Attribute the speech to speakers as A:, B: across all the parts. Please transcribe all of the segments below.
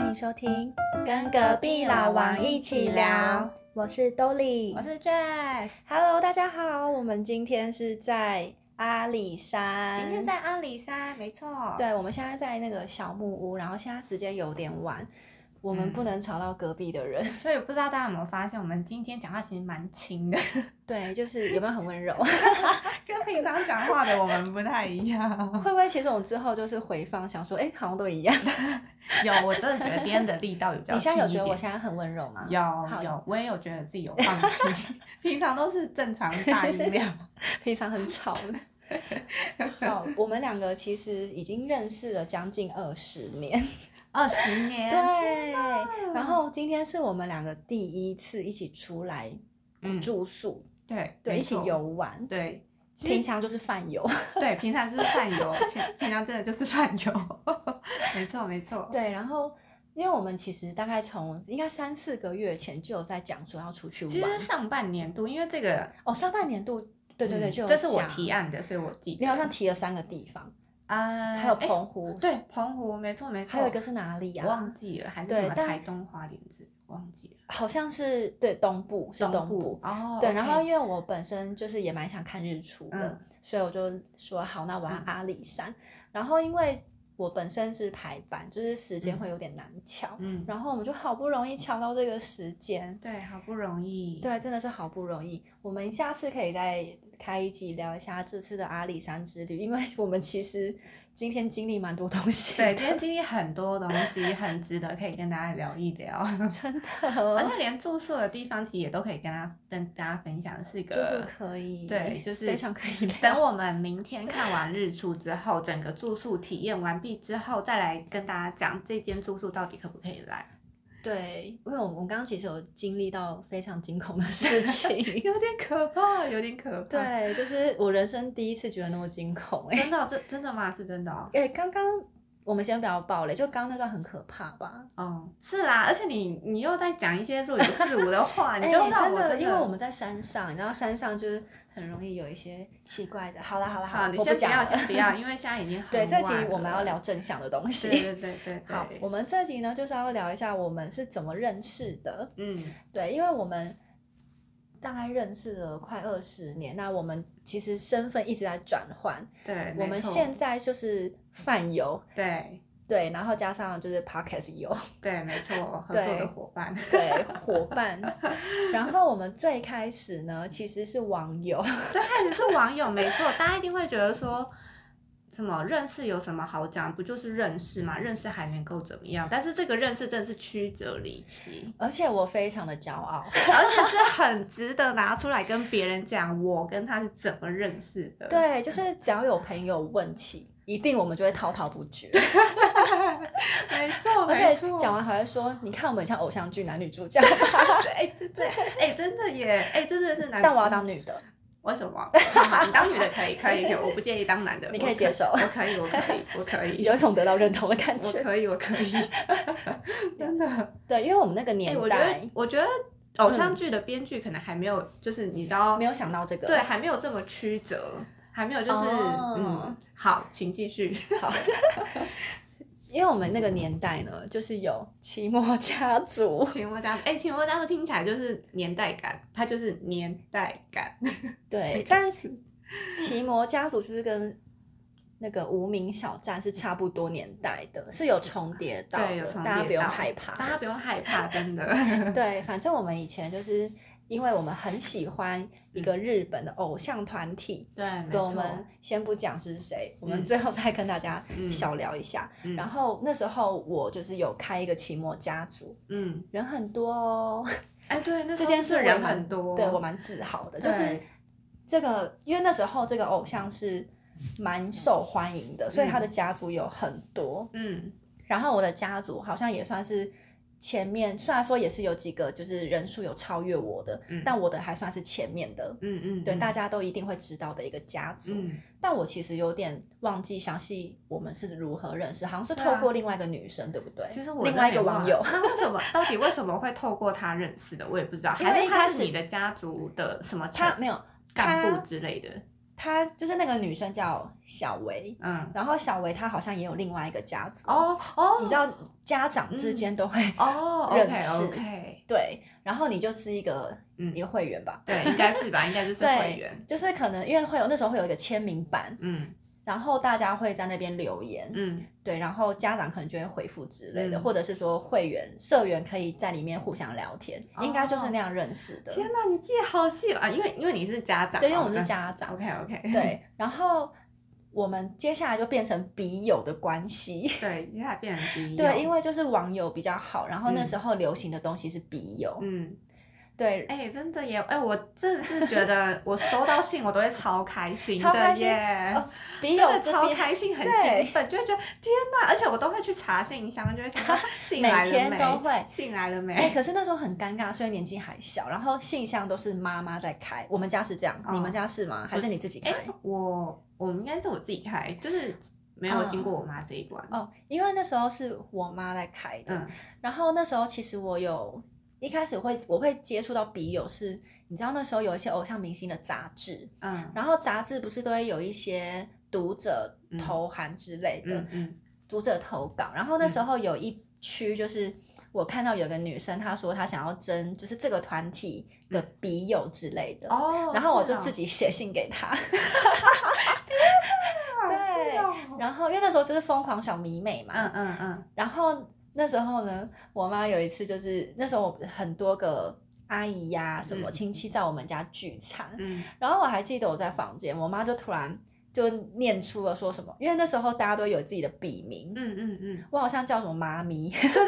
A: 迎收听，
B: 跟隔壁老王一起聊。
A: 我是 Dolly，
B: 我是 Jess，
A: Hello，大家好，我们今天是在阿里山，
B: 今天在阿里山，没错。，
A: 对，我们现在在那个小木屋，然后现在时间有点晚，我们
B: 嗯
A: 不能吵到隔壁的人。
B: 所以不知道大家有没有发现，我们今天讲话其实蛮轻的，
A: 对，就是有没有很温柔？
B: 跟平常讲话的我们不太一样。
A: 会不会其实我们之后就是回放，想说，哎、好像都一样。
B: 有，我真的觉得今天的力道 有比较
A: 你
B: 轻
A: 现
B: 一
A: 在有
B: 点。
A: 觉得我现在很温柔吗？好
B: 有有，我也有觉得自己有放轻，平常都是正常大音量。
A: 平常很吵的。好，我们两个其实已经认识了将近二十年，
B: 二十年，
A: 对。然后今天是我们两个第一次一起出来
B: 嗯，
A: 住宿，
B: 对
A: 对，
B: 没
A: 一起
B: 错
A: 游玩。
B: 对。其实
A: 平常就是饭游，
B: 对，平常就是饭 友，平平常真的就是饭友， 没错没错。
A: 对。然后，因为我们其实大概从应该三四个月前就有在讲说要出去玩
B: 其。实上半年度，因为这个，
A: 哦，上半年度，对对对，
B: 嗯
A: 就有
B: 这是我
A: 讲
B: 提，案的，所以我记得。
A: 你好像提了三个地方，
B: 啊，
A: 还有
B: 诶
A: 澎湖，，
B: 对，澎湖，没错没错。
A: 还有一个是哪里呀、
B: 我忘记了，还是
A: 对
B: 什么
A: 但
B: 台东花莲子，忘记了。
A: 好像是对东部，是东
B: 部哦，
A: 对，
B: OK
A: 然后因为我本身就是也蛮想看日出的，
B: 嗯
A: 所以我就说好，那我要
B: 嗯
A: 阿里山。然后因为我本身是排班，就是时间会有点难抢，
B: 嗯，
A: 然后我们就好不容易抢到这个时间，
B: 对，好不容易，
A: 对，真的是好不容易。我们下次可以再开一集聊一下这次的阿里山之旅，因为 我们其实今天经历蛮多东西的，
B: 对，今天经历很多东西，很值得可以跟大家聊一聊。
A: 真
B: 而
A: 的
B: 且连住宿的地方其实也都可以跟大跟大家分享，是一
A: 就是
B: 个
A: 可以，
B: 对，就是
A: 非常可以聊。
B: 等我们明天看完日出之后，整个住宿体验完毕之后，再来跟大家讲这间住宿到底可不可以来，
A: 对，因为我我刚刚其实有经历到非常惊恐的 事情，
B: 有点可
A: 哦
B: 怕，有点可怕。，
A: 对，就是我人生第一次觉得那么惊恐、欸，
B: 真的哦，这真的吗？是真的哦。
A: 哎、刚刚我们先不要爆雷，就刚刚那段很可怕吧？
B: 哦，是啦，而且你你又在讲一些若有似无的话，你就
A: 哎
B: 让
A: 真
B: 我
A: 的，因为我
B: 们
A: 们在山上，你知道山上就是很容易有一些奇怪的。好了好了
B: 好，
A: 了，
B: 你
A: 我
B: 先
A: 不讲
B: 要，
A: 了
B: 先不要，因为现在已经很
A: 对，这集
B: 晚
A: 我们要
B: 了
A: 聊正向的东西。
B: 对对对对对，
A: 好，我们这集呢就是要聊一下我们是怎么认识的。
B: 嗯
A: 对，因为我们大概认识了快二十年，那我们其实身份一直在转换。
B: 对，
A: 我
B: 没
A: 们
B: 错
A: 现在就是饭友，
B: 对
A: 对，然后加上就是 podcast 友，
B: 对没错，合作
A: 对
B: 的伙伴，
A: 对，伙伴。 然后我们最开始呢，其实是网友，，
B: 最开始是网友，没错，大家一定会觉得说，什么认识有什么好讲？不就是认识嘛，认识还能够怎么样？但是这个认识真的是曲折离奇
A: 而且我非常的骄傲。
B: 而且是很值得拿出来跟别人讲，我跟他是怎么认识的。，
A: 对，就是只要有朋友问起，一定我们就会滔滔不绝，
B: 没错，
A: 而
B: 没
A: 且
B: 错。
A: 讲完还会说，你看我们像偶像剧男女主角，
B: 哎，对对，哎，真的耶，哎，真的是男。
A: 但我要当女 的，
B: 为什么？你当女的可以，可以，可以我不介意当男的，
A: 你
B: 我
A: 可以接受
B: 我可以，我可以，我可以，
A: 有一种得到认同的感
B: 我
A: 觉。
B: 可以，我可 以，真的。
A: 对，因为我们那个
B: 哎、
A: 年
B: 我觉
A: 代嗯
B: 得，我觉得偶像剧的编剧可能还没有，就是你知道
A: 没，有想到这个。
B: 对，还没有这么曲折，还没有就是、
A: 哦
B: 嗯，好，请继续。
A: 好，因为我们那个年代呢，就是有奇摩家族，
B: 秦末家，哎、秦末家族听起来就是年代感，它就是年代感，
A: 对，但是奇摩家族就是跟那个无名小站是差不多年代 的，是有重叠到的，
B: 对，有重叠到
A: 大家不用害怕。
B: 大家不用害怕，真的。
A: 对，反正我们以前就是因为我们很喜欢一个日本的偶像团体。
B: 对，没
A: 对，我
B: 错。
A: 们先不讲是谁，我们
B: 嗯
A: 最后再跟大家
B: 嗯
A: 小聊一下。
B: 嗯
A: 然后那时候我就是有开一个奇摩家族，
B: 嗯，
A: 人很多哦，
B: 哎、对，那
A: 这
B: 时候
A: 件
B: 是
A: 事
B: 人
A: 我蛮
B: 很多，
A: 对我蛮自豪的。就是
B: 对
A: 这个，因为那时候这个偶像是蛮受欢迎的，所以他的家族有很多。
B: 嗯
A: 然后我的家族好像也算是前面，虽然说也是有几个就是人数有超越我的，
B: 嗯
A: 但我的还算是前面的。
B: 嗯嗯，
A: 对，
B: 嗯
A: 大家都一定会知道的一个家族，
B: 嗯，
A: 但我其实有点忘记详细我们是如何认识，好像是
B: 对
A: 透
B: 啊
A: 过另外一个女生，对不对？
B: 其实我
A: 另
B: 真
A: 外
B: 的
A: 一个
B: 也忘
A: 网
B: 了
A: 友，
B: 那为什么到底为什么会透过他认识的？我也不知道，
A: 因为
B: 还
A: 一
B: 是
A: 开
B: 他
A: 始
B: 是你的家族的什么
A: 他
B: 成
A: 没有
B: 干
A: 他
B: 部之类的？
A: 她就是那个女生叫小维，
B: 嗯，
A: 然后小维她好像也有另外一个家族，
B: 哦哦，
A: 你知道家长之
B: 嗯
A: 间都会、
B: 哦
A: 认
B: ，OK
A: 识
B: OK，
A: 对，然后你就是一个、
B: 嗯
A: 一个会员吧，
B: 对，应该是吧，应该就是会员，
A: 就是可能因为会有那时候会有一个签名版，
B: 嗯
A: 然后大家会在那边留言，
B: 嗯
A: 对，然后家长可能就会回复之类的，
B: 嗯
A: 或者是说会员社员可以在里面互相聊天，应该就是
B: 哦
A: 那样认识的。
B: 天哪，你记得好细啊！因为因为你是家长嘛，
A: 对，因为我们是
B: 刚
A: 家长，
B: OK OK，
A: 对，然后我们接下来就变成笔友的关系。
B: 对，接下来变成哦 B
A: 对，因为就是网友比较好，然后那
B: 嗯
A: 时候流行的东西是笔友。
B: 嗯，
A: 对，
B: 哎、真的耶，哎、我真的是 觉得我收到信我都会超开心
A: 超开
B: 的
A: 心
B: 耶。
A: 哦笔
B: 真
A: 友
B: 的
A: 这
B: 超
A: 边
B: 开心，很
A: 对
B: 兴奋，就会觉得天哪！而且我都会去查信箱，就 会想到信
A: 每
B: 来了
A: 天
B: 没，
A: 都会
B: 信来 了没？
A: 哎、可是那时候很尴尬，虽然年纪还小，然后信箱都是妈妈在开，我们家是这样，你们
B: 哦
A: 家是吗？还
B: 不
A: 是
B: 是
A: 你自己开
B: 哎、？我我们应该是我自己开，就是没有
A: 嗯
B: 经过我妈这一关。
A: 哦，因为那时候是我妈在开的，
B: 嗯
A: 然后那时候其实我有一开始会我会接触到笔友是，你知道那时候有一些偶像明星的杂志，
B: 嗯
A: 然后杂志不是都会有一些读者
B: 嗯
A: 投函之类的，
B: 嗯嗯
A: 读者投稿，然后那时
B: 嗯
A: 候有一区就是。我看到有个女生，她说她想要争，就是这个团体的笔友之类的。
B: 嗯哦，
A: 然后我
B: 是
A: 就
B: 哦
A: 自己写信给他，
B: 是
A: 对
B: 哦
A: 然后因为那时候就是疯狂小迷妹嘛，
B: 嗯嗯嗯，
A: 然后那时候呢，我妈有一次就是那时候我很多个阿姨呀、什么
B: 嗯
A: 亲戚在我们家聚餐，
B: 嗯
A: 然后我还记得我在房间，我妈就突然就念出了说什么，因为那时候大家都有自己的笔名，
B: 嗯嗯嗯，
A: 我好像叫什么妈咪，对对对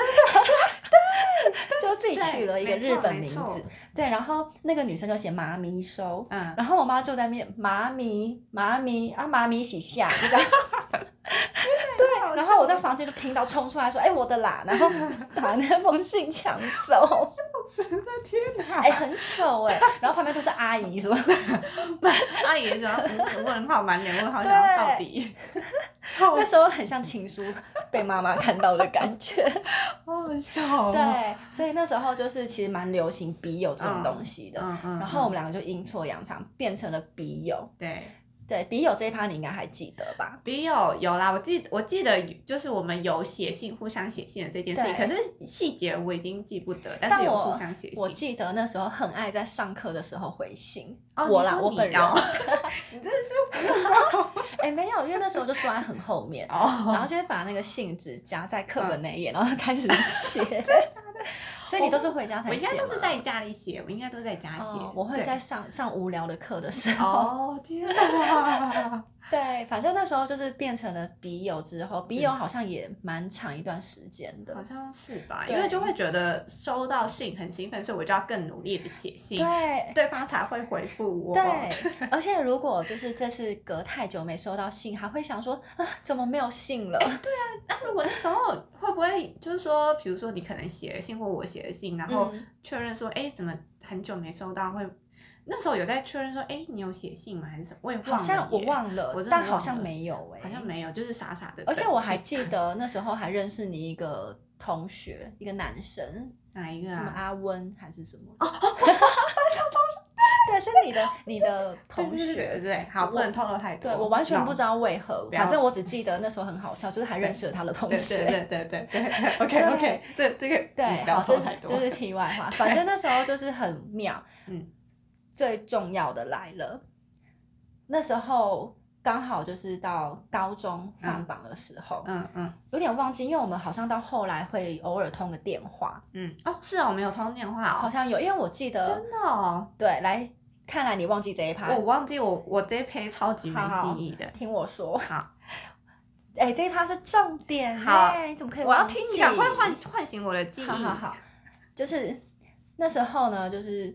A: 对，就自己取了一个
B: 没
A: 日
B: 错
A: 本
B: 没
A: 名字，
B: 错
A: 对，然后那个女生就写妈咪收，
B: 嗯，
A: 然后我妈就在面妈咪妈咪啊妈咪洗下，就这样。
B: 对
A: 然后我在房间就听到冲出来说：“哎、我的啦！”然后把那封信抢走，
B: 真的天哪！
A: 哎、很糗哎、然后旁边都是阿姨，什么
B: 阿姨想要嗯问号满脸问号，想要到底，好
A: 那时候很像情书被妈妈看到的感觉。
B: 好笑哦。
A: 对，所以那时候就是其实蛮流行笔友这种东西的。
B: 嗯，嗯嗯。
A: 然后我们两个就阴错阳差变成了笔友。
B: 对
A: 对，笔友这一趴你应该还记得吧？
B: 笔友有啦，我记我记得就是我们有写信，互相写信的这件事情，
A: 对
B: 可是细节我已经记不得，但
A: 但
B: 是有
A: 我
B: 互相写
A: 我
B: 信。
A: 记得那时候很爱在上课的时候回信，
B: 哦
A: 我
B: 你
A: 啦，
B: 说
A: 我
B: 你
A: 本人，
B: 哦你真的是不用到
A: 哎、没有，因为那时候就坐在很后面，然
B: 哦，嗯
A: 后就会把那个信纸夹在课本那一页，然后开始 写。所以你都是回家才
B: 我
A: 写
B: 应该都是
A: 吗
B: 在家里写，我应该都在家写
A: 哦，。我会
B: 对
A: 在上上无聊的课的时候，
B: 哦天哪！
A: 对，反正那时候就是变成了笔友之后，笔友
B: 嗯
A: 好像也蛮长一段时间的
B: 好。像是吧，
A: 对
B: 因为就会觉得收到信很兴奋，所以我就要更努力的写信，
A: 对
B: 对方才会回复我。
A: 对，而且如果就是这次隔太久没收到信，还会想说啊，怎么没有信了？
B: 哎那如果那时候会不会就是说，比如说你可能写了信或我写了信，然后
A: 嗯
B: 确认说，哎、怎么很久没收到？会那时候有在确认说，哎、你有写信吗？还是什么？我也忘
A: 好
B: 了
A: 像我
B: 耶
A: 忘了，
B: 我真的
A: 但好
B: 忘
A: 像
B: 了
A: 没有哎、
B: 好像没有，就是傻傻的。
A: 而且我还记得那时候还认识你一个同学，一个男生，
B: 哪一个
A: 什么
B: 啊？
A: 阿温还是什么？哦， 对，是你的你的同
B: 对对对对
A: 学。
B: 对，好，不
A: 我
B: 能透露太多。
A: 对，我完全不知
B: 道。
A: 道为何，
B: 不要
A: 反正我只记得那时候很好笑，就是还认识了他的同
B: 对
A: 学。
B: 对对对对对，OK OK，这这个 嗯
A: 对
B: 不要
A: 好，
B: 透
A: 这
B: 露
A: 是
B: 太多
A: 这。是题外话，反正那时候就是很妙。
B: 嗯，
A: 最重要的来了，那时候刚好就是到高中放榜的时候，
B: 嗯嗯
A: 有点忘记，因为我们好像到后来会偶尔通个电话，
B: 嗯，哦，是哦，我们有通电话
A: 好
B: 哦，
A: 像有，因为我记得
B: 真的哦，
A: 对，来，看来你忘记这一趴，
B: 我忘记我我这一篇超级没
A: 好
B: 记忆的。
A: 听我说，
B: 好，
A: 哎、这一趴是重点耶，
B: 好
A: 你怎么可以？
B: 我要听你讲，快唤。唤醒我的记忆。
A: 好好好，就是那时候呢，就是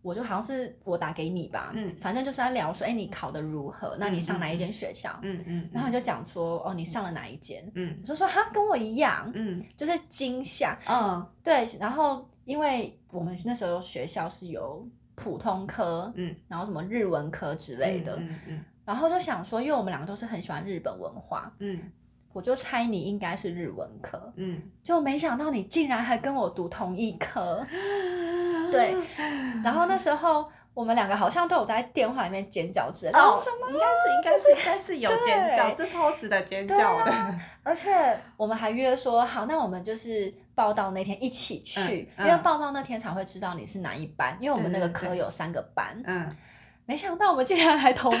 A: 我就好像是我打给你吧，
B: 嗯
A: 反正就是在聊说，哎、你考的如何？那你上
B: 嗯
A: 哪一
B: 嗯
A: 间学校？
B: 嗯嗯，
A: 然后你就讲说，哦，你上了哪一间？
B: 嗯
A: 我就说哈，跟我一样，
B: 嗯
A: 就是惊吓。
B: 嗯
A: 对，然后因为我们那时候学校是有普通科，
B: 嗯
A: 然后什么日文科之类的，
B: 嗯嗯
A: 然后就想说，因为我们两个都是很喜欢日本文化，
B: 嗯
A: 我就猜你应该是日文科，
B: 嗯
A: 就没想到 你竟然还跟我读同一科。对，然后那时候我们两个好像都有在电话里面尖叫之类，
B: 哦
A: 什么？
B: 应该是应该是应该是有尖叫，
A: 对
B: 这超值得尖
A: 对
B: 叫的。
A: 啊而且我们还约说好，那我们就是报到那天一起去，
B: 嗯嗯
A: 因为报到那天才会知道你是哪一班，因为我们那个
B: 对对
A: 科
B: 对
A: 有三个班，
B: 嗯，
A: 没想到我们竟然还同 班。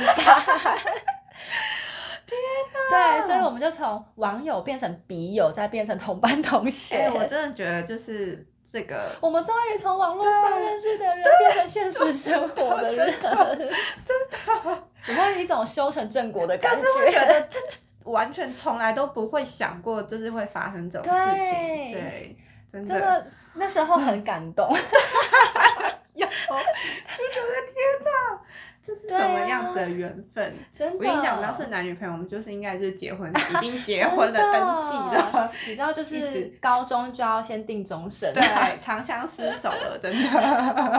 A: 对，所以我们就从网友变成笔友，再变成同班同学。
B: 哎、我真的觉得就是这个，
A: 我们终于从网络上
B: 对
A: 认识的人变成现实生活的人，真的，有没有一种修成正果的
B: 就
A: 感
B: 是会
A: 觉？
B: 觉得这完全从来都不会想过，就是会发生这种事情。
A: 对
B: 对，真
A: 真的那时候很感动，
B: 有，就觉得天哪，这是
A: 对
B: 什么样
A: 啊
B: 子的缘分？
A: 真的。
B: 我跟你讲，我们要是男女朋友，我们就是应该就是 结婚，已经结婚了，
A: 真的
B: 登记了，
A: 你知道，就
B: 一
A: 是
B: 直
A: 高中就要先定终身。
B: 对，长相厮守了，真的。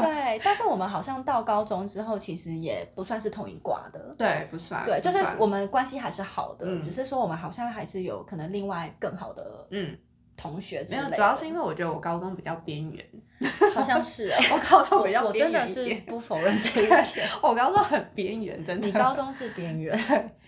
A: 对，但是我们好像到高中之后，其实也不算是同一挂的。
B: 对，不算，
A: 对，
B: 不
A: 就是
B: 算
A: 我们关系还是好的，
B: 嗯
A: 只是说我们好像还是有可能另外更好的
B: 嗯，
A: 同学之
B: 没
A: 类
B: 有
A: 的。，
B: 主要是因为我觉得我高中比较边缘，
A: 好像是 哎、
B: 我高
A: 我
B: 中比较
A: 我
B: 边
A: 真的
B: 缘一
A: 是
B: 点，
A: 不否认这一
B: 对
A: 点。
B: 我高中很边缘，真的。
A: 你高中是边缘，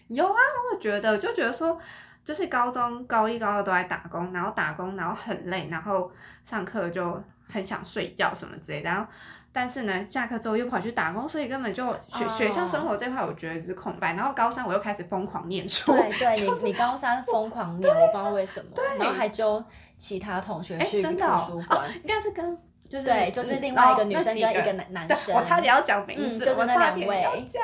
B: 有啊，我觉得，我就觉得说，就是高中高一、高二都在打工，然后打工，然后很累，然后上课就很想睡觉什么之类的，然后但是呢，下课之后又跑去打工，所以根本就学、学校
A: 哦
B: 生活这块我觉得是空白。然后高三我又开始疯狂念书，
A: 对对，你你高三疯狂念，我不知道为什么，然后还揪其他同学
B: 哎，
A: 去
B: 真
A: 图
B: 的哦
A: 书
B: 哦
A: 馆，，
B: 应该是跟就是
A: 对就是
B: 嗯
A: 另外一个
B: 哦
A: 女
B: 那
A: 生
B: 几
A: 跟一个男男
B: 对
A: 生
B: 我差点要讲名
A: 嗯
B: 字，
A: 就是
B: 我
A: 那
B: 差
A: 两
B: 点要
A: 位
B: 讲，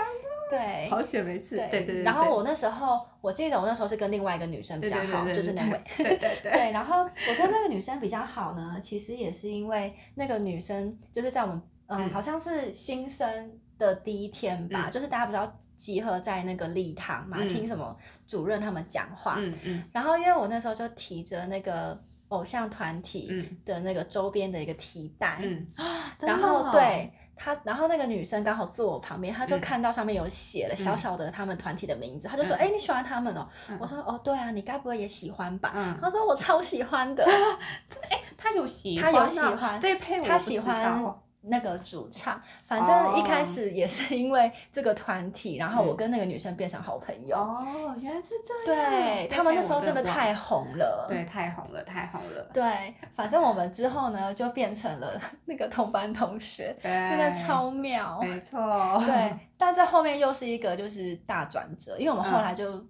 A: 对。
B: 好险没事，对对对。
A: 然后
B: 对
A: 我那时候，我记得我那时候是跟另外一个女生比
B: 对
A: 较
B: 对对
A: 好，
B: 对
A: 就是
B: 对
A: 那位。
B: 对对对，
A: 对，然后我跟那个女生比较好呢，其实也是因为那个女生就是在我们，嗯，
B: 嗯
A: 好像是新生的第一天吧，
B: 嗯
A: 就是大家不是要集合在那个礼堂嘛，
B: 嗯
A: 听什么主任他们讲话。
B: 嗯嗯
A: 然后因为我那时候就提着那个偶像团体
B: 嗯
A: 的那个周边的一个提袋，
B: 嗯，
A: 然
B: 真的
A: 后
B: 哦
A: 对。她，然后那个女生刚好坐我旁边，她就
B: 嗯
A: 看到上面有写了小
B: 嗯
A: 小的他们团体的名字，她就说：“
B: 嗯
A: 哎、你喜欢他们哦？”
B: 嗯
A: 我说：“哦，对啊，你该不会也喜欢吧？”
B: 嗯
A: 他说我超喜欢 的，
B: 他有喜
A: 他
B: 欢
A: 有
B: 啊，
A: 喜欢
B: 这一配我
A: 他
B: 不
A: 喜
B: 知
A: 欢
B: 道
A: 那个主唱。反正一开
B: 哦
A: 始也是因为这个团体，然后我
B: 嗯
A: 跟那个女生变成好朋友。
B: 哦，原来是这样。
A: 对
B: 这
A: 他们
B: 配
A: 那
B: 我
A: 时候真的
B: 忘
A: 太
B: 了
A: 红了。
B: 对太红了，太红了，
A: 对，反正我们之后呢就变成了 那个同班同学， 真
B: 真
A: 的超妙。
B: 哎没错，
A: 对，但这后面又是一个就是大转折，因为我们后
B: 嗯
A: 来就。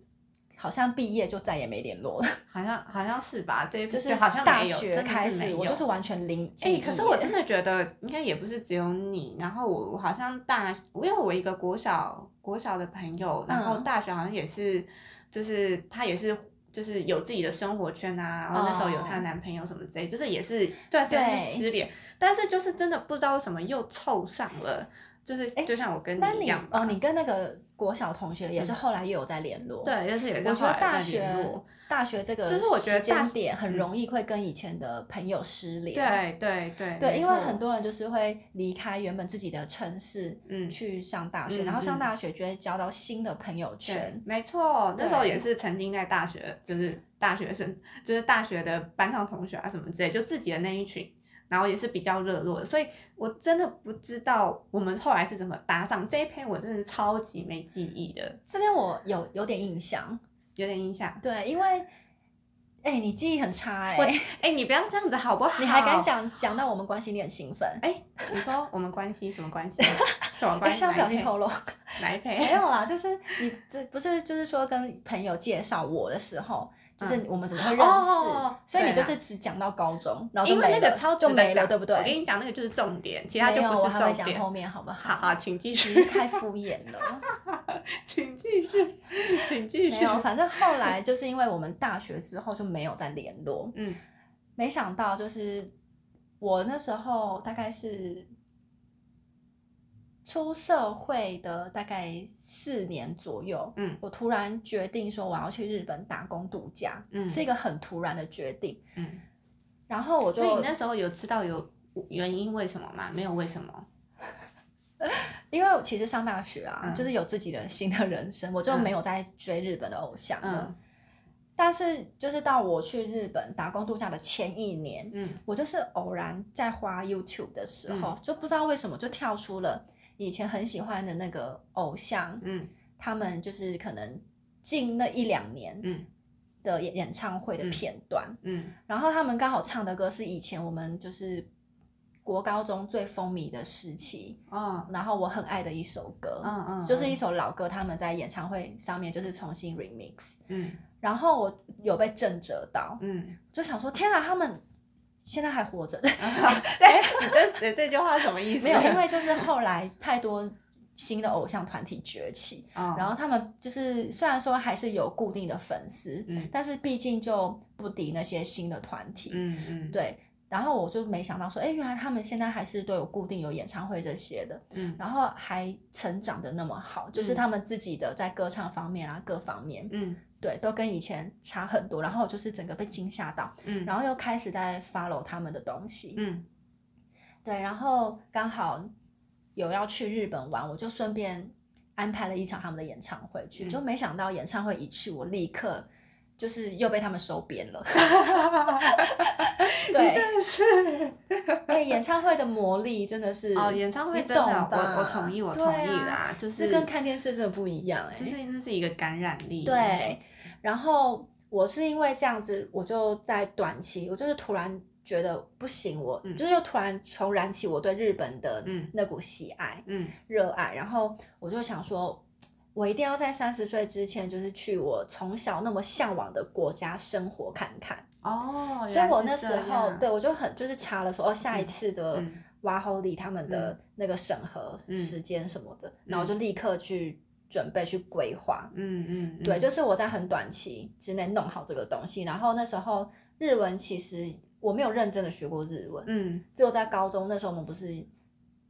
A: 好像毕业就再也没联络了，
B: 好像好像是吧，这一部
A: 就是
B: 嗯好像
A: 大
B: 没有，
A: 学
B: 真的
A: 开
B: 是
A: 始，
B: 没
A: 我就
B: 有
A: 是完全零记
B: 哎、
A: 忆耶。
B: 可是我真的觉得应该也不是只有你，然后我我好像大，因为我一个国小国小的朋友，然后
A: 嗯
B: 大学好像也是，就是她也是就是有自己的生活圈啊，然后那时候有她
A: 哦
B: 男朋友什么之类，就是也是对，虽然是
A: 对
B: 失联，但是就是真的不知道为什么又凑上了，就是、
A: 哎
B: 就像我跟
A: 那
B: 一
A: 你
B: 样吧，
A: 哦，你跟那个国小同学也是
B: 嗯
A: 后来又有在联络。，
B: 对，就是也是
A: 我觉
B: 后
A: 得
B: 来
A: 大
B: 再联
A: 学
B: 络
A: 大学这个
B: 就是我觉得
A: 时
B: 大
A: 间
B: 学
A: 点很
B: 嗯
A: 容易会跟以前的朋友失联。
B: 对对对
A: 对，
B: 没
A: 因为
B: 错
A: 很多人就是会离开原本自己的城市
B: 嗯
A: 去上大学，
B: 嗯
A: 然后上
B: 嗯
A: 大学就会交到新的朋友
B: 对
A: 圈，。
B: 没错，那时候
A: 对
B: 也是曾经在大学，就是大学生， 就是大学的班上同学啊什么之类，就自己的那一群，然后也是比较热络的，所以我真的不知道我们后来是怎么搭上这一篇，我真的是超级没记忆的，
A: 这边我有有点印象，
B: 有点印象。
A: 对，因为哎、你记忆很差哎、
B: 我哎、你不要这样子好不好？
A: 你还敢？讲讲到我们关系，你很兴奋。
B: 哎、你说我们关系什么 关系？什么
A: 哎，
B: 关系？
A: 像
B: 来
A: 表情
B: 配
A: 透露，
B: 来配。
A: 没有啊啦，就是你这不是就是说跟朋友介绍我的时候，就是
B: 嗯
A: 我们怎么会认识，
B: 哦
A: 所以你
B: 对
A: 就
B: 啦
A: 是只讲到高中，然后就
B: 因为
A: 没
B: 那个
A: 了
B: 超值
A: 就
B: 得
A: 没了，
B: 讲，
A: 对不
B: 我
A: 对？
B: 跟你讲，那个就是重点，其他就
A: 没
B: 不
A: 有，
B: 是
A: 我还会
B: 重
A: 讲
B: 点。
A: 后面，好不好？
B: 好 好，请继
A: 你
B: 续
A: 是。太敷衍了。
B: 请继 续，请 继
A: 没
B: 续。
A: 有，反正后来就是因为我们大学之后就没有再联 络，
B: 嗯
A: 没想到就是我那时候大概是出社会的大概四年左右，
B: 嗯
A: 我突然决定说我要去日本打工度假，
B: 嗯
A: 是一个很突然的决定。
B: 嗯。
A: 然后我就
B: 所以你那时候有知道有原因为什么吗？没有为什么。
A: 因为我其实上大学啊，
B: 嗯
A: 就是有自己的新的人生，我就
B: 嗯
A: 没有在追日本的偶像了。
B: 嗯
A: 但是就是到我去日本打工度假的前一年，
B: 嗯
A: 我就是偶然在滑 YouTube 的时候，就不知道为什么就跳出了。以前很喜欢的那个偶像，
B: 嗯
A: 他们就是可能近那一两年
B: 嗯
A: 的演演唱会的
B: 嗯
A: 片段，
B: 嗯
A: 然后他们刚好唱的歌是以前我们就是国高中最风靡的时期，
B: 哦
A: 然后我很爱的一首歌，
B: 嗯嗯，
A: 就是
B: 嗯
A: 一首老歌，他们在演唱会上面就是重新 remix，
B: 嗯
A: 然后我有被震折到，
B: 嗯，
A: 就想说天啊，他们现在还活着，
B: 对，你哎这你这句话是什么意 思？
A: 没有，因为就是后来太多新的偶像团体崛起，
B: 哦，
A: 然后他们就是虽然说还是有固定的粉丝，
B: 嗯
A: 但是毕竟就不敌那些新的团体，
B: 嗯嗯，
A: 对，然后我就没想到说，哎，原来他们现在还是都有固定有演唱会这些的，
B: 嗯
A: 然后还成长的那么好，就是
B: 嗯
A: 他们自己的在歌唱方面啊各方面，
B: 嗯
A: 对，都跟以前差很多。然后我就是整个被惊吓到，
B: 嗯，
A: 然
B: 后
A: 后又开始在 follow 他们的东西，
B: 嗯
A: 对，然后刚好有要去日本玩，我就顺便安排了一场他们的演唱会去，
B: 嗯
A: 就没想到演唱会一去，我立刻就是又被他们收编 了，
B: 你真 的是。
A: 对，哎演唱会的魔力真的是
B: 哦，演唱会
A: 你
B: 真的，
A: 懂
B: 我
A: 吧
B: 我同意，我
A: 对
B: 同意
A: 啊
B: 啦，就是
A: 这跟看电视真的不一样哎、
B: 就是那是一个感染力。
A: 对，，然后我是因为这样子，我就在短期，我就是突然觉得不行，我、
B: 嗯
A: 就是又突然重燃起我对日本的
B: 嗯
A: 那股喜爱、
B: 嗯
A: 热爱，然后我就想说。我一定要在三十岁之前，就是去我从小那么向往的国家生活看看。
B: 哦，
A: 所以我
B: 原
A: 那
B: 来是
A: 时
B: 这
A: 候
B: 样
A: 对我就很就是查了说哦，下一
B: 嗯
A: 次的
B: 嗯
A: 哇吼里他们的那个审核
B: 嗯
A: 时间什么的，然后
B: 嗯
A: 我就立刻去准备去规划。
B: 嗯嗯，
A: 对，
B: 嗯
A: 就是我在很短期之内弄好这个东西。然后那时候日文其实我没有认真的学过日文，
B: 嗯，
A: 只有在高中那时候我们不是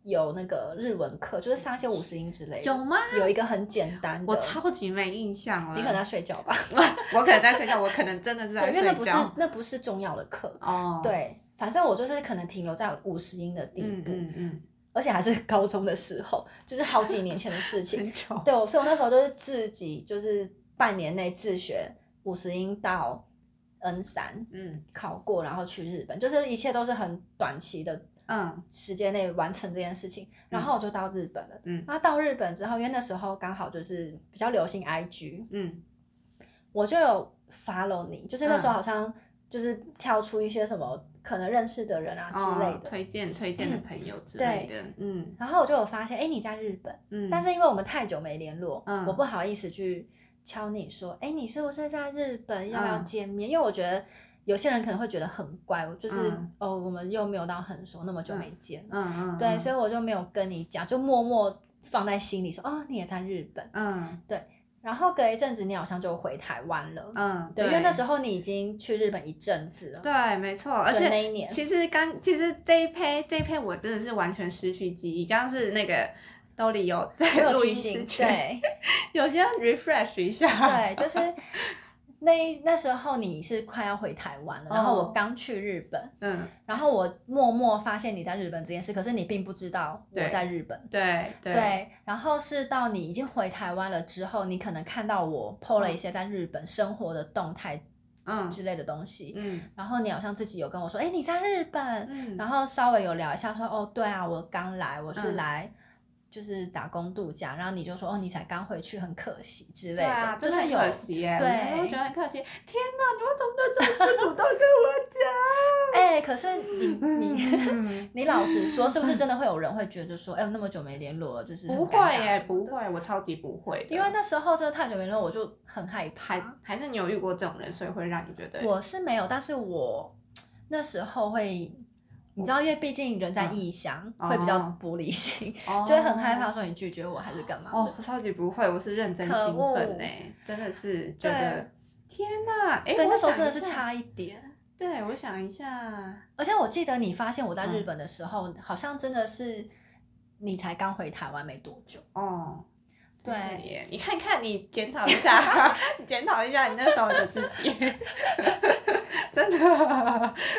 A: 有那个日文课，就是上一些五十音之类
B: 有
A: 的，
B: 吗？
A: 有一个很简单的。
B: 我超级没印象了。
A: 嗯你可能在睡觉吧，
B: 我可能在睡觉，我可能真的是在
A: 对，因为那
B: 睡
A: 不是
B: 觉。
A: 那不是重要的课。
B: 哦，，
A: 对，反正我就是可能停留在五十音的地
B: 嗯
A: 步，
B: 嗯嗯，
A: 而且还是高中的时候，就是好几年前的事 情。
B: 很久。
A: 对，我所以我那时候就是自己就是半年内自学五十音到 N 三
B: 嗯
A: 考过，然后去日本，就是一切都是很短期的
B: 嗯
A: 时间内完成这件事情。然后我就到日本了。
B: 嗯
A: 那到日本之后，因为那时候刚好就是比较流行 IG，
B: 嗯
A: 我就有 follow 你，就是那时候
B: 嗯
A: 好像就是跳出一些什么可能认识的人啊之类
B: 哦，
A: 的。
B: 推荐推荐的
A: 嗯
B: 朋友之类的。嗯
A: 然后我就有发现，哎，你在日本，
B: 嗯，
A: 但是因为我们太久没联络，
B: 嗯
A: 我不好意思去敲你说，哎，你是不是在日本要不要
B: 嗯
A: 见面？因为我觉得有些人可能会觉得很怪，我就是、
B: 嗯
A: 哦，我们又没有到很熟，那么久没见，
B: 嗯嗯，
A: 对，所
B: 以
A: 以我就没有跟你讲，就默默放在心里说，哦，你也在日本。
B: 嗯
A: 然后隔一阵子，你好像就回台湾了，
B: 嗯，
A: 对，因为那时
B: 候
A: 候你已经去日本一阵子了，
B: 对，没错，而
A: 对
B: 且
A: 那一年
B: 其实刚其实这一配这一配我真的是完全失去记忆，刚刚是那个兜里有在
A: 我有
B: 录
A: 提
B: 音之
A: 醒，
B: 前，
A: 对。
B: 有些要 refresh 一下，
A: 对，就是那那时候你是快要回台湾了，然后我
B: 哦
A: 刚去日本，
B: 嗯，
A: 然后我默默发现你在日本这件事，可是你并不知道我
B: 对
A: 在日本。
B: 对对
A: 然后是到你已经回台湾了之后，你可能看到我 PO 了一些在日本生活的动态
B: 嗯
A: 之类的东西，
B: 嗯
A: 然后你好像自己有跟我说，哎，你在日本，
B: 嗯，
A: 然
B: 后
A: 后稍微有聊一下说，哦，对啊，我刚来，我是
B: 嗯
A: 来。就是打工度假，然后你就说哦，你才刚回去，很可惜之类
B: 对
A: 的，
B: 啊，
A: 就
B: 真的
A: 是
B: 很
A: 有
B: 可惜耶，
A: 对
B: 我觉得很可惜，天哪，你为什么都这么不主动跟我讲？
A: 哎、可是你你
B: 嗯
A: 你老实说，是不是真的会有人会觉得说，哎、呦那么久没联络了，就是很
B: 不
A: 尴尬
B: 会耶，
A: 什么
B: 不
A: 的，
B: 会，我超级不会的，
A: 因为那时候真的太久没联络，我就很害
B: 还
A: 怕。
B: 还是你有遇过这种人，所以会让你觉得
A: 我是没有，但是我那时候会，你知道，因为毕竟人在
B: 嗯
A: 异乡，
B: 哦
A: 会比较玻璃心，
B: 哦
A: 就会很害怕说你拒绝我还是干嘛的。
B: 哦，我超级不会，我是认真
A: 可
B: 兴奋
A: 恶
B: 哎、真的是觉得天哪！哎、
A: 对，
B: 我
A: 那时候
B: 想
A: 真的是
B: 一下，
A: 差一点。
B: 对，我想一下，
A: 而且我记得你发现我在
B: 嗯
A: 日本的时候，好像真的是你才刚回台湾没多久。
B: 哦，
A: 对
B: 耶，你看看，你检讨一 下，你检讨一下你那时候的自己， 真的。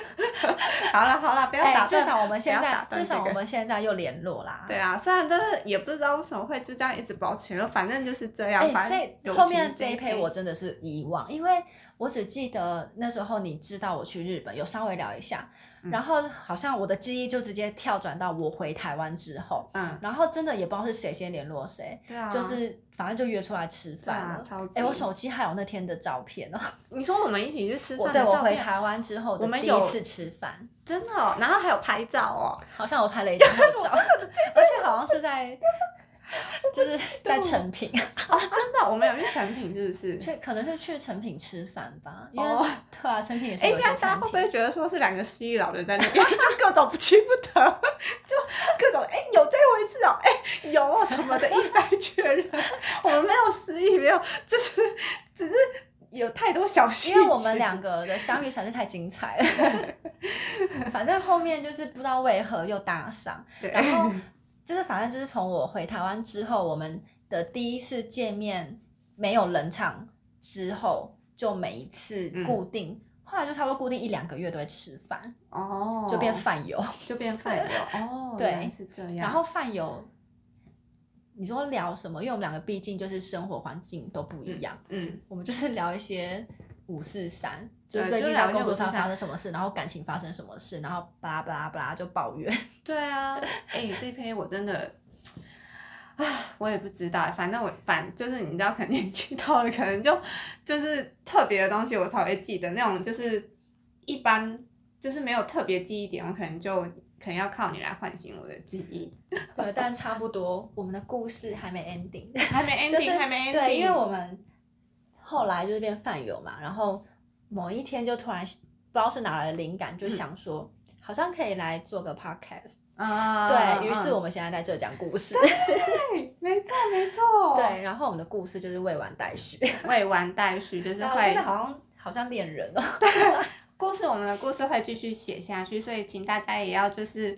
B: 好了好了，不要
A: 哎、
B: 打断、
A: 至少我们
B: 不
A: 现
B: 要
A: 在
B: 打，断
A: 至少
B: 这
A: 我
B: 个
A: 们现在又联络啦。哎
B: 对啊，虽然真的也不知道为什么会就这样一直保持了，反正就是这样。
A: 哎、
B: 反正
A: 这
B: 友
A: 后
B: 情
A: 面这一
B: 配
A: 篇我真的是遗忘，因为我只记得那时候你知道我去日本，有稍微聊一下，
B: 嗯
A: 然后好像我的记忆就直接跳转到我回台湾之后，
B: 嗯，
A: 然后真的也不知道是谁先联络谁，
B: 对啊，
A: 就是反正就约出来吃
B: 对
A: 饭
B: 啊，
A: 了。
B: 超级。
A: 哎、我手机还有那天的照片哦，
B: 你说我们一起去吃
A: 我
B: 饭
A: 对
B: 的
A: 我
B: 照
A: 回
B: 片，
A: 台湾之后的
B: 我们
A: 第
B: 有
A: 一次吃饭，
B: 真的、哦，然后还有拍照 哦，
A: 好像我拍 了一张合照，而且好像是在就是在
B: 道
A: 成品，
B: 哦，真的哦、我们有去成品是不是？
A: 去可能是去成品吃饭吧，因为、
B: 哦
A: 对啊，成品也是
B: 哎、
A: 有一
B: 现
A: 些
B: 在大家
A: 餐
B: 会不
A: 厅
B: 会觉得说是两个失忆老人在那边， 就各种不屈不得，就各种哎、有这回事哦，哎、有哦什么的，一再确认，我们没有失忆，没有，就是只是有太多小细节。
A: 因为我们两个的相遇实在是太精彩了， 反正后面就是不知道为何又搭上，
B: 对，
A: 然后就是反正就是从我回台湾之后，我们的第一次见面没有冷场之后，就每一次
B: 嗯
A: 固定，后来就差不多固定一两个月都会吃饭，
B: 哦，
A: 就变饭友，
B: 就变饭友哦，
A: 对
B: 原来是这样。
A: 然后饭友。你说聊什么？因为我们两个毕竟就是生活环境都不一样，
B: 嗯，
A: 我们就是聊一些五四三，就
B: 对
A: 最
B: 就
A: 近
B: 聊一
A: 工
B: 些
A: 作
B: 543
A: 上发生什么事，然后感情发生什么事，然后巴拉巴拉巴拉就抱 怨。
B: 对啊，哎、这篇我真的。啊，我也不知道，反正我反就是你知道，可能年纪到了，可能就就是特别的东西我才会记得，那种就是一般就是没有特别记忆点，我可能就可能要靠你来唤醒我的记忆。
A: 对，但差不多，我们的故事还没 ending，
B: 还没 ending，、
A: 就是
B: 还没 ending。
A: 对，因为我们后来就是变饭友嘛，然后某一天就突然不知道是哪来的灵
B: 嗯
A: 感，就想说。好像可以来做个 podcast，、
B: 啊，
A: 对于是我
B: 们
A: 们现在在这讲故事，
B: 对，哦没错没错，
A: 对，，然后我们的故事就是未完待续，
B: 未完待续，就是
A: 然后真
B: 会
A: 的好像好像恋人哦，
B: 故事，我们的故事会继续写下去，所以请大家也要就是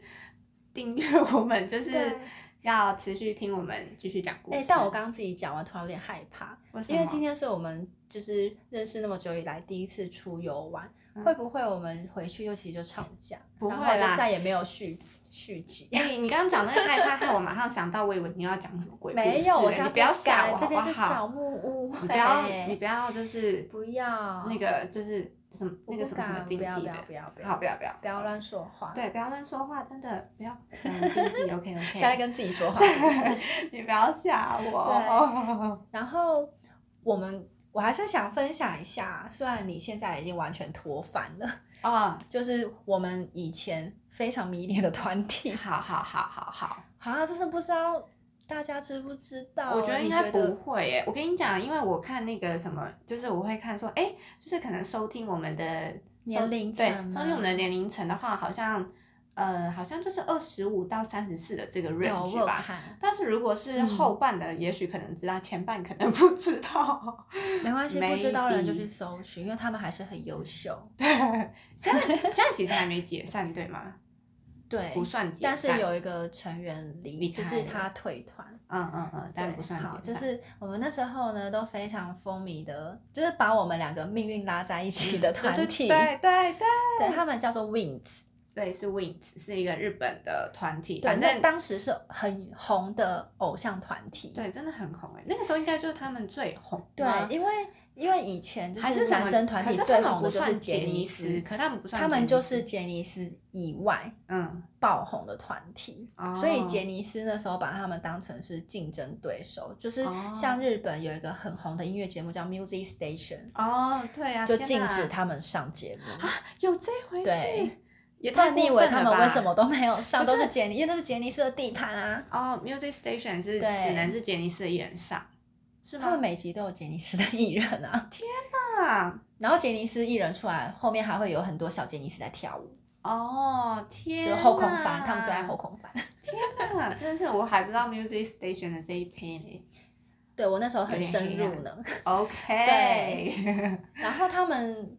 B: 订阅我们，就是
A: 对
B: 要持续听我们继续讲故事。
A: 哎、但我刚刚自己讲完，突然有点害怕，
B: 为什
A: 因为今
B: 么
A: 天是我们就是认识那么久以来第一次出游玩，
B: 嗯
A: 会不会我们回去又其实就吵架，
B: 不
A: 然
B: 会
A: 后就
B: 啦
A: 再也没有续续集？
B: 哎、你刚刚讲那个害怕，害我马上想到，我以为你要讲什么鬼故事
A: 没有，我
B: 了
A: 现在
B: 你不要吓
A: 敢
B: 我好
A: 这
B: 不
A: 边是
B: 好？
A: 小木屋，
B: 你不要，
A: 哎
B: 你不要，就是
A: 不要
B: 那个，就是什么
A: 我
B: 那个
A: 不
B: 什么什么
A: 敢
B: 经
A: 不要
B: 济
A: 不
B: 的
A: 要，不要不
B: 好，
A: 要
B: 不要不要
A: 不要，乱说话，，
B: 对，不要乱说话，真的 不要嗯经济 OK
A: 现在
B: OK，
A: 跟自己说话。 嗯
B: 你不要吓我。
A: 然后我们我还是想分享一下，虽然你现在已经完全脱凡了。
B: 哦，
A: 就是我们以前非常迷恋的团 体，
B: 好好好好好。
A: 好像真的不知道大家知不知道欸。
B: 我觉得
A: 你
B: 应该不会耶。我跟你讲，因为我看那个什么，就是我会看说，哎，就是可能收听我们的
A: 年
B: 收
A: 龄
B: 对，
A: 层
B: 收听我
A: 吗
B: 们的年龄层的话，好像呃，好像就是二十五到三十四的这个
A: 有我
B: range
A: 有
B: 吧。
A: 看，
B: 但是如果是
A: 嗯
B: 后半的，也许可能知道，前半可能 不知道。
A: 没关系，不知道的人就
B: Maybe
A: 去搜寻，因为他们还是很优秀。
B: 对，现在现在其实还没解散，对吗？
A: 对，
B: 不算解散。
A: 但是有一个成员离，
B: 离
A: 就
B: 开
A: 是
B: 了
A: 他退团。
B: 嗯嗯嗯，但
A: 对
B: 不算解
A: 好，
B: 散。
A: 就是我们那时候呢都非常风靡的，就是把我们两个命运拉在一起的
B: 嗯对
A: 团
B: 对
A: 体，
B: 对对对，
A: 对他们叫做 Wings，
B: 所以是 Wings，是一个日本的团体，
A: 对，
B: 反
A: 那
B: 正
A: 当时是很红的偶像团体，
B: 对，啊真的很红哎、那个时候应该就是他们最红
A: 对
B: 吗，
A: 因为因为以前就
B: 还是什
A: 男
B: 么
A: 生团体
B: 可是
A: 最
B: 他们
A: 红
B: 不
A: 的就是
B: 算
A: 杰
B: 杰
A: 尼
B: 尼
A: 斯
B: 斯，，可他们不算
A: 他
B: 杰尼斯，
A: 们就是杰尼斯以外
B: 嗯，
A: 爆红的团体。
B: 哦、
A: 所以杰尼斯那时候把他们当成是竞争对手，就是
B: 哦
A: 像日本有一个很红的音乐节目叫 Music Station，、
B: 哦，对啊，
A: 就
B: 天
A: 禁
B: 哪
A: 止他们上节目。
B: 有这回
A: 对
B: 事，也
A: 不
B: 太
A: 然
B: 过
A: 你以为
B: 分
A: 他
B: 了
A: 们为
B: 吧
A: 什么？都没有上？
B: 不
A: 都
B: 是
A: 是杰尼，因为那是杰尼斯的地盘啊。
B: 哦，Music Station 是
A: 对
B: 只能是杰尼斯的演上，是
A: 他们
B: 吗？
A: 每集都有杰尼斯的艺人啊，
B: 啊，
A: 然后杰尼斯艺人出来，后面还会有很多小杰尼斯在跳舞。
B: 哦，天，
A: 就是后空翻，他们最爱后。空翻。
B: 天哪，真的是我还不知道 Music Station 的这一篇 欸呢。
A: 对我那时候很
B: 有点
A: 深
B: 黑
A: 入
B: 暗
A: 呢。
B: OK，
A: 然后他们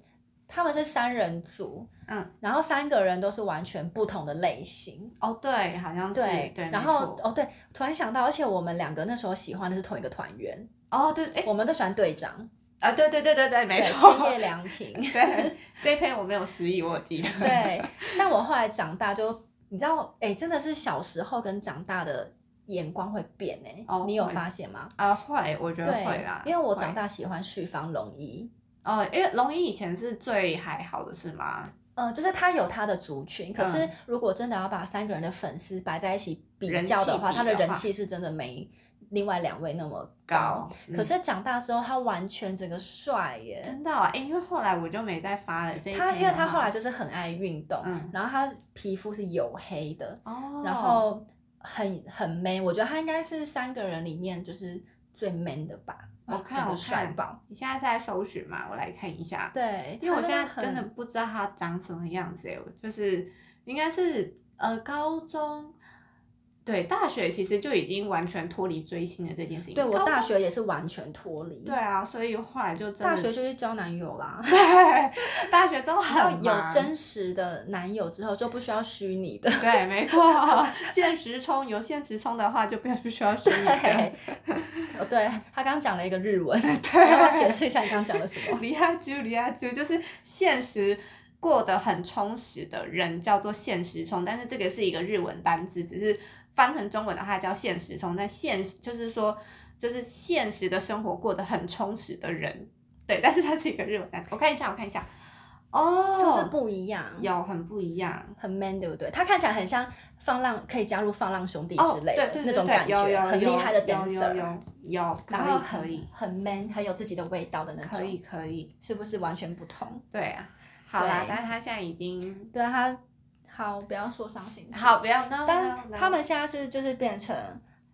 A: 他们是三人组，
B: 嗯，
A: 然后三个人都是完全不同的类型。
B: 哦，对，好像是
A: 对，
B: 对，
A: 然
B: 没
A: 后
B: 错
A: 哦对，突然想到，而且我们两个那时候喜欢的是同一个团员，
B: 哦，对，哎，
A: 我们都喜欢队长，
B: 啊，对对对对对，没
A: 对
B: 错，
A: 千叶良 平。
B: 对，这一篇我没有失忆，我有记得。
A: 对，但我后来长大就，你知道，哎，真的是小时候跟长大的眼光会变哎、
B: 哦
A: 你有
B: 会
A: 发现吗？
B: 啊，会，我觉得会啦，
A: 因为我长
B: 会
A: 大喜欢旭方龙一，
B: 哦，因为龙一以前是最还好的是吗？
A: 呃，就是他有他的族群，可是
B: 嗯
A: 如果真的要把三个人的粉丝摆在一起比
B: 人
A: 较的
B: 气
A: 话，
B: 比
A: 他的
B: 的
A: 人
B: 话
A: 气是真的没另外两位那么高。可
B: 嗯
A: 是长大之后，他完全整个帅耶！
B: 真的、哦，哎、因为后来我就没再发了这一
A: 他
B: 篇
A: 因为
B: 了
A: 他后
B: 哈
A: 来就是很爱运动，
B: 嗯
A: 然后他皮肤是黝黑的，
B: 哦，
A: 然后很很 man。我觉得他应该是三个人里面就是最 man 的吧。
B: 我
A: 啊
B: 看
A: 整
B: 我
A: 个帅
B: 看
A: 爆。
B: 你现在是在搜寻嘛？我来看一下，
A: 对，
B: 因为我
A: 他
B: 现在
A: 很
B: 真的不知道他长什么样子哎，我就是应该是呃高中，对大学其实就已经完全脱离追星的这件事情。
A: 对我
B: 高
A: 大
B: 中
A: 学也是完全脱离。
B: 对啊，所以后来就真的
A: 大学就去交男友 啦。
B: 对大学真的
A: 要
B: 很
A: 有
B: 忙
A: 真实的男友之后，就不需要虚拟的。
B: 对，没错， 现实冲有现实冲的话就不要不需要虚拟的
A: 对。，哦，对他刚刚讲了一个日文，你
B: 对
A: 要不要解释一下你刚刚讲的什 么？
B: 离阿啾，离阿啾，就是现实过得很充实的人叫做现实充，但是这个是一个日文单字，只是翻成中文的话叫现实充。那现实就是说，就是现实的生活过得很充实的人，对，但是它是一个日文单词。我看一下，我看一下，哦，
A: 是不是不一样？
B: 有很不一样？
A: 很 man，对不对？他看起来很像放浪，可以加入放浪兄弟
B: 哦，
A: 之
B: 对
A: 类
B: 对
A: 的
B: 对，
A: 那种
B: 对
A: 感觉
B: 有有，
A: 很厉
B: 有
A: 害的
B: 有有
A: dancer，
B: 有有，可
A: 然后
B: 以可
A: 很
B: 以
A: 很 man，很有自己的味道的那
B: 可以
A: 种，
B: 可以，
A: 是不是完全不同？
B: 对啊，好啦，
A: 对
B: 但是他现在已经。
A: 对啊他，好，不要说伤心。
B: 好，，不要啊闹。
A: 但
B: no，no，no
A: 他们现在是就是变成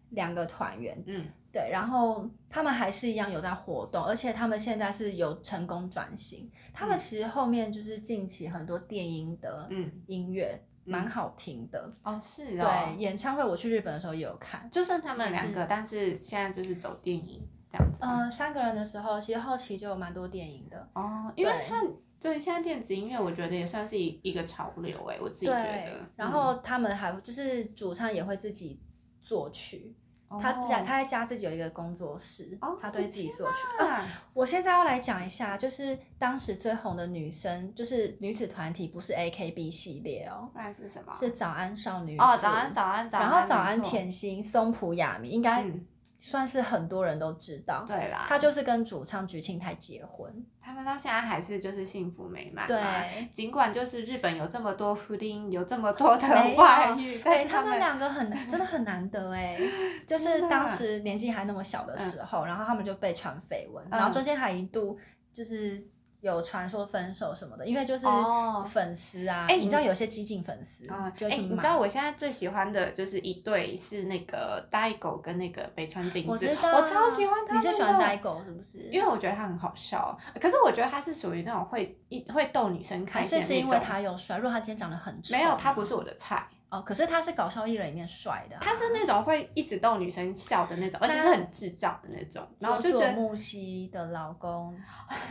A: 两个团员，
B: 嗯，
A: 对，然后他们还是一样有在活动，而且他们现在是有成功转型。他们
B: 嗯
A: 其实后面就是近期很多电音的
B: 嗯
A: 音乐、
B: 嗯
A: 蛮好听的。
B: 哦，是
A: 对，
B: 哦，
A: 演唱会我去日本的时候也有看。
B: 就剩他们
A: 也
B: 两
A: 是
B: 个，但是现在就是走电影这样子吗。
A: 嗯、三个人的时候，其实后期就有蛮多电影的。
B: 哦，因为
A: 对
B: 像对现在电子音乐，我觉得也算是一一个潮流哎，我自己觉
A: 对
B: 得。，嗯
A: 然后他们还就是主唱也会自己作曲，
B: 嗯
A: 他自己他
B: 哦
A: 在家自己有一个工作室，
B: 哦
A: 他对自己
B: 天
A: 作曲。啊
B: 啊
A: 我现在要来讲一下，就是当时最红的女生，就是女子团体，不是 A K B 系列哦，
B: 不然是什么？
A: 是早安少女
B: 哦，
A: 组
B: 早安，早安，早安。
A: 然后早
B: 没
A: 安
B: 错
A: 甜心、松浦亚弥，应该
B: 嗯
A: 算是很多人都知道。
B: 对啦，
A: 她就是跟主唱菊庆泰结婚，
B: 他们到现在还是就是幸福美满
A: 对，啊
B: 嘛。尽管就是日本有这么多 f o o d i n 有这么多的
A: 没有
B: 外遇，
A: 对
B: 但是
A: 哎他们
B: 们
A: 两个很真的很难得 哎，就是
B: 真的
A: 当时年纪还那么小的时候，然后他们就被传绯闻，然
B: 嗯
A: 后中间还一度就是有传说分手什么的，因为就是
B: 哦
A: 粉丝啊，
B: 哎
A: 你知道有些激进粉丝
B: 啊，
A: 就
B: 哎、
A: 会去
B: 你
A: 骂
B: 知道我现在最喜欢的就是一对是那个呆狗跟那个北川景子，
A: 我知道，啊
B: 我超喜欢他
A: 你
B: 们
A: 是喜欢
B: 的
A: 呆狗是不是？
B: 因为我觉得他很好笑，可是我觉得他是属于那种会一会逗女生开
A: 还
B: 心
A: 是是
B: 的那
A: 因为
B: 种
A: 他有帅，如果他今天长得很丑，
B: 没有，他不是我的菜，
A: 哦，可是他是搞笑艺人里面帅的啊、
B: 他是那种会一直逗女生笑的那种，而且
A: 那
B: 是很智障的那种，然后我就觉
A: 佐佐
B: 得
A: 木希的老公，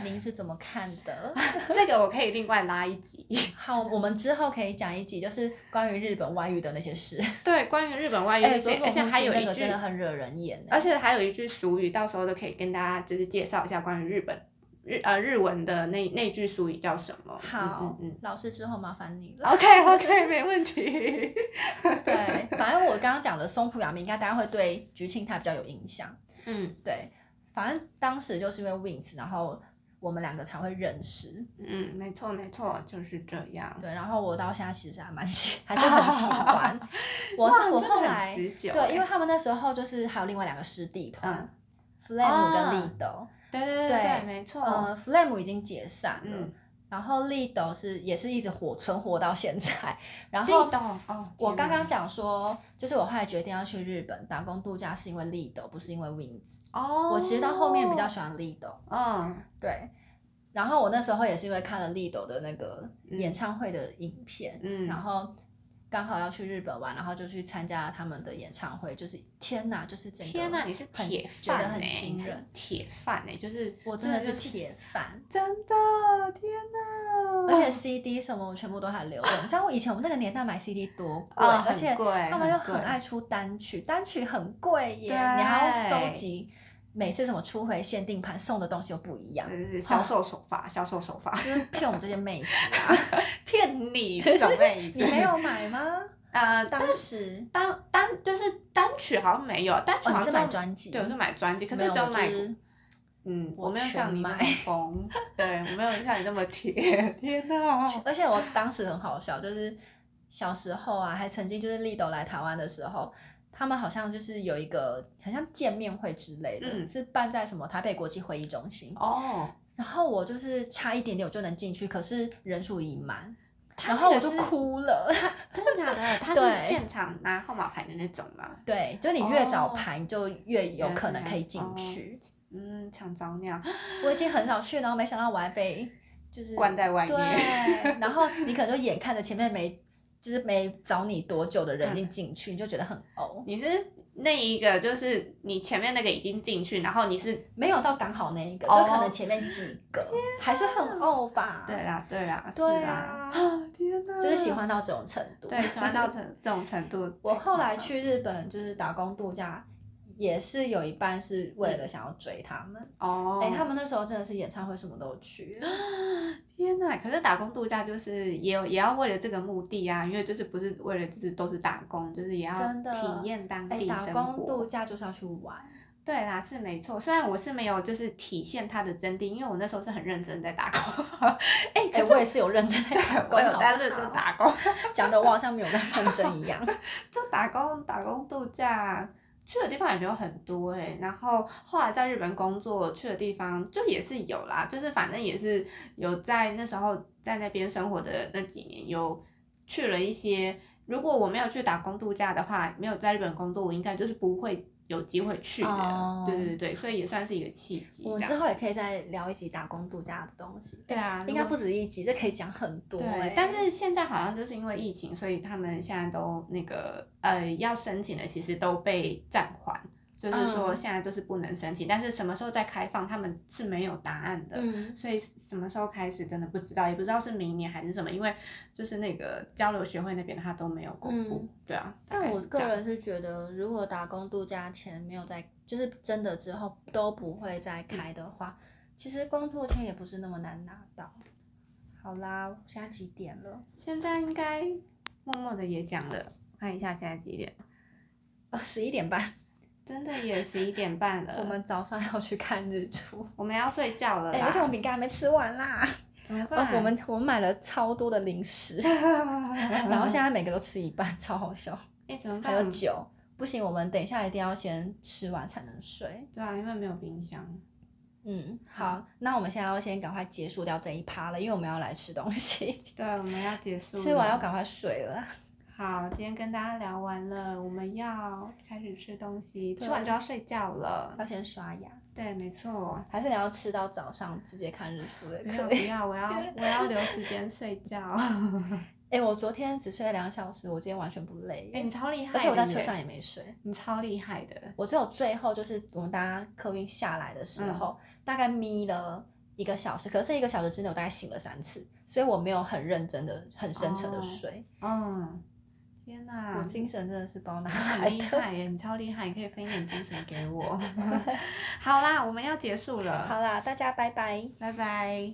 A: 您是怎么看的？
B: 这个我可以另外拉一集。
A: 好，我们之后可以讲一集，就是关于日本外遇的那些事。
B: 对，关于日本外遇
A: 哎
B: 这
A: 佐
B: 些，
A: 佐
B: 而且
A: 木
B: 还
A: 希
B: 有
A: 那
B: 一
A: 个
B: 句
A: 真的很惹人厌欸
B: 而且还有一句俗语，到时候都可以跟大家就是介绍一下关于日本日呃日文的那那句俗语叫什么。嗯
A: 好，
B: 嗯
A: 老师之后麻烦你
B: 嗯
A: 了。
B: ，OK OK，没问题。
A: 对，反正我刚刚讲的松浦亚弥，应该大家会对菊庆泰比较有印象。
B: 嗯
A: 对，反正当时就是因为 Wings，然后我们两个才会认识。
B: 嗯，没错没错，就是这样。
A: 对，然后我到现在其实还蛮喜， 还是很喜欢。我
B: 哇
A: 我
B: 真的
A: 后
B: 很
A: 来
B: 持久欸嗯
A: 对，因为他们那时候就是还有另外两个师弟团、f l a m
B: 啊
A: e 跟 Lido，、
B: 对对对
A: 对
B: 对，没错。
A: 呃 f l a m e 已经解散了，
B: 嗯，
A: 然后 Lido 是也是一直活存活到现在。然
B: 地
A: 后
B: 道哦，
A: 我
B: 天
A: 刚
B: 哪
A: 刚讲说，就是我后来决定要去日本打工度假，是因为 Lido，不是因为 Wings。
B: 哦，
A: 我其实到后面比较喜欢 Lido，
B: 嗯
A: 对。然后我那时候也是因为看了 Lido 的那个
B: 嗯
A: 演唱会的影片，
B: 嗯，
A: 然后刚好要去日本玩，然后就去参加他们的演唱会，就是天哪，就是整个
B: 天哪，你是
A: 很
B: 铁
A: 觉得
B: 饭
A: 很
B: 哎，
A: 惊
B: 你是
A: 人，
B: 铁饭哎，就是
A: 我真的
B: 就是
A: 铁饭，
B: 真的，天哪！
A: 而且 CD 什么我全部都还留着。你知道我以前我们那个年代买 CD 多贵，
B: 啊
A: 而且
B: 很贵
A: 他们又
B: 很
A: 很
B: 贵
A: 爱出单曲，单曲很贵耶，
B: 对
A: 你还要收集每次什么初回限定盘送的东西又不一样，
B: 就是销售手法，销售手法
A: 就是骗我们这些 妹子啊！
B: 骗你这种妹子。
A: 你没有买吗？
B: 呃，当
A: 当时
B: 当单就是单曲好像没有，单曲
A: 哦，你是
B: 好像只有
A: 买专辑？
B: 对，我是买专辑，可
A: 没
B: 是
A: 有
B: 只有
A: 我
B: 买
A: 就是
B: 嗯，
A: 我
B: 我没有像
A: 全
B: 你那
A: 买
B: 么疯， 对我没有像你那么铁，天哪！
A: 哦而且我当时很好笑，就是小时候啊，还曾经就是立斗来台湾的时候，他们好像就是有一个很像见面会之类的，
B: 嗯
A: 是办在什么台北国际会议中心。
B: 哦，
A: 然后我就是差一点点我就能进去，可是人数已满，
B: 他
A: 然
B: 那
A: 后
B: 个
A: 我就是哭了。
B: 真的假的？ 他
A: 对
B: 是现场拿号码牌的那种吗？
A: 对，就你越早
B: 哦
A: 排，你就越有
B: 原来
A: 可
B: 是
A: 能
B: 那
A: 可以
B: 样
A: 进
B: 哦
A: 去。
B: 嗯，抢早鸟，
A: 我已经很少去，然后没想到我还被就是
B: 关在外面
A: 对，然后你可能就眼看着前面没就是没找你多久的
B: 嗯
A: 人已经进去，你就觉得很哦，
B: 你是那一个，就是你前面那个已经进去，然后你是
A: 没有到刚好那一个，
B: 哦啊
A: 就可能前面几个还是很哦吧。
B: 对啦，对啦，是
A: 对
B: 啦，
A: 啊，
B: 天哪
A: 就是喜欢到这种程度。
B: 对，喜欢到这这种程度。
A: 我后来
B: 太夸张，
A: 去日本就是打工度假，也是有一半是为了想要追他们。
B: 哦，
A: 哎、他们那时候真的是演唱会什么都有 去。
B: 天呐！可是打工度假就是也有也要为了这个目的啊，因为就是不是为了就是都是打工，就是也要
A: 真的
B: 体验当
A: 哎、
B: 地
A: 打
B: 生
A: 工度
B: 活。
A: 假就是要去玩。
B: 对啦，是没错。虽然我是没有就是体现它的真谛，因为我那时候是很认真在打工。 哎、
A: 哎、
B: 可是
A: 我也是有认真在
B: 对
A: 打，工，
B: 我有
A: 好哦
B: 在
A: 不
B: 认真
A: 好，
B: 打工。
A: 讲的我好像没有在认真一 样。
B: 就打工打工度假，去的地方也没有很多哎、然后后来在日本工作去的地方就也是有啦，就是反正也是有在那时候在那边生活的那几年有去了一些。如果我没有去打工度假的话，没有在日本工作，我应该就是不会有机会去的。
A: 哦
B: 对对对，所以也算是一个契机。
A: 我们
B: 这
A: 之
B: 样
A: 后也可以再聊一集打工度假的东西。
B: 对啊，
A: 应该
B: 如
A: 不
B: 果
A: 止一集，这可以讲很多、哎
B: 对，但是现在好像就是因为疫情，所以他们现在都那个呃要申请的，其实都被暂缓，就是说
A: 嗯
B: 现在就是不能申请，但是什么时候再开放，他们是没有答案的。
A: 嗯，
B: 所以什么时候开始真的不知道，也不知道是明年还是什么，因为就是那个交流学会那边他都没有公布，
A: 嗯
B: 对啊。大
A: 但
B: 概
A: 我
B: 是这
A: 个
B: 样
A: 人是觉得，如果打工度假前没有在，就是真的之后都不会再开的话，其实工作签也不是那么难拿到。好啦，现在几点了？
B: 现在应该默默的也讲了，看一下现在几点，
A: 呃，十一点半，
B: 真的也十一点半了，
A: 我们早上要去看日出。
B: 我们要睡觉了
A: 哎、
B: 啦，哎
A: 而且我饼干还没吃完啦。
B: 怎么
A: 哦
B: 办？，
A: 我 们我们买了超多的零食，然
B: 然
A: 后现在每个都吃一半，超好笑。
B: 哎、怎么
A: 还
B: 办？
A: 有酒，不行，我们等一下一定要先吃完才能睡。
B: 对啊，因为没有冰箱。
A: 嗯，好，那我们现在要先赶快结束掉这一趴了，因为我们要来吃东西，
B: 对，啊我们要结束了。
A: 吃完啊要赶快睡了。
B: 好，今天跟大家聊完了，我们要开始吃东西，
A: 对
B: 吃完就要睡觉了
A: 要。先刷牙，
B: 对，没 错。
A: 还是你要吃到早上直接看日出也
B: 不要
A: 可
B: 不
A: 以？
B: 要，我要我要留时间睡觉。
A: 哎、我昨天只睡了两小时，我今天完全不累耶。
B: 哎、你超厉害的
A: 而
B: 耶！
A: 且我在车上也没睡，
B: 你超厉害的。
A: 我只有最后就是我们搭客运下来的
B: 嗯
A: 时候，大概眯了一个小时，可是这一个小时之内我大概醒了三次，所以我没有很认真的、很深沉的
B: 哦
A: 睡。
B: 嗯，天哪，
A: 我精神真的是包哪
B: 你
A: 来
B: 很厉
A: 的？
B: 害耶！你超厉害，你可以分一点精神 给我。好啦，我们要结束了，
A: 好啦，大家拜拜。
B: 拜拜。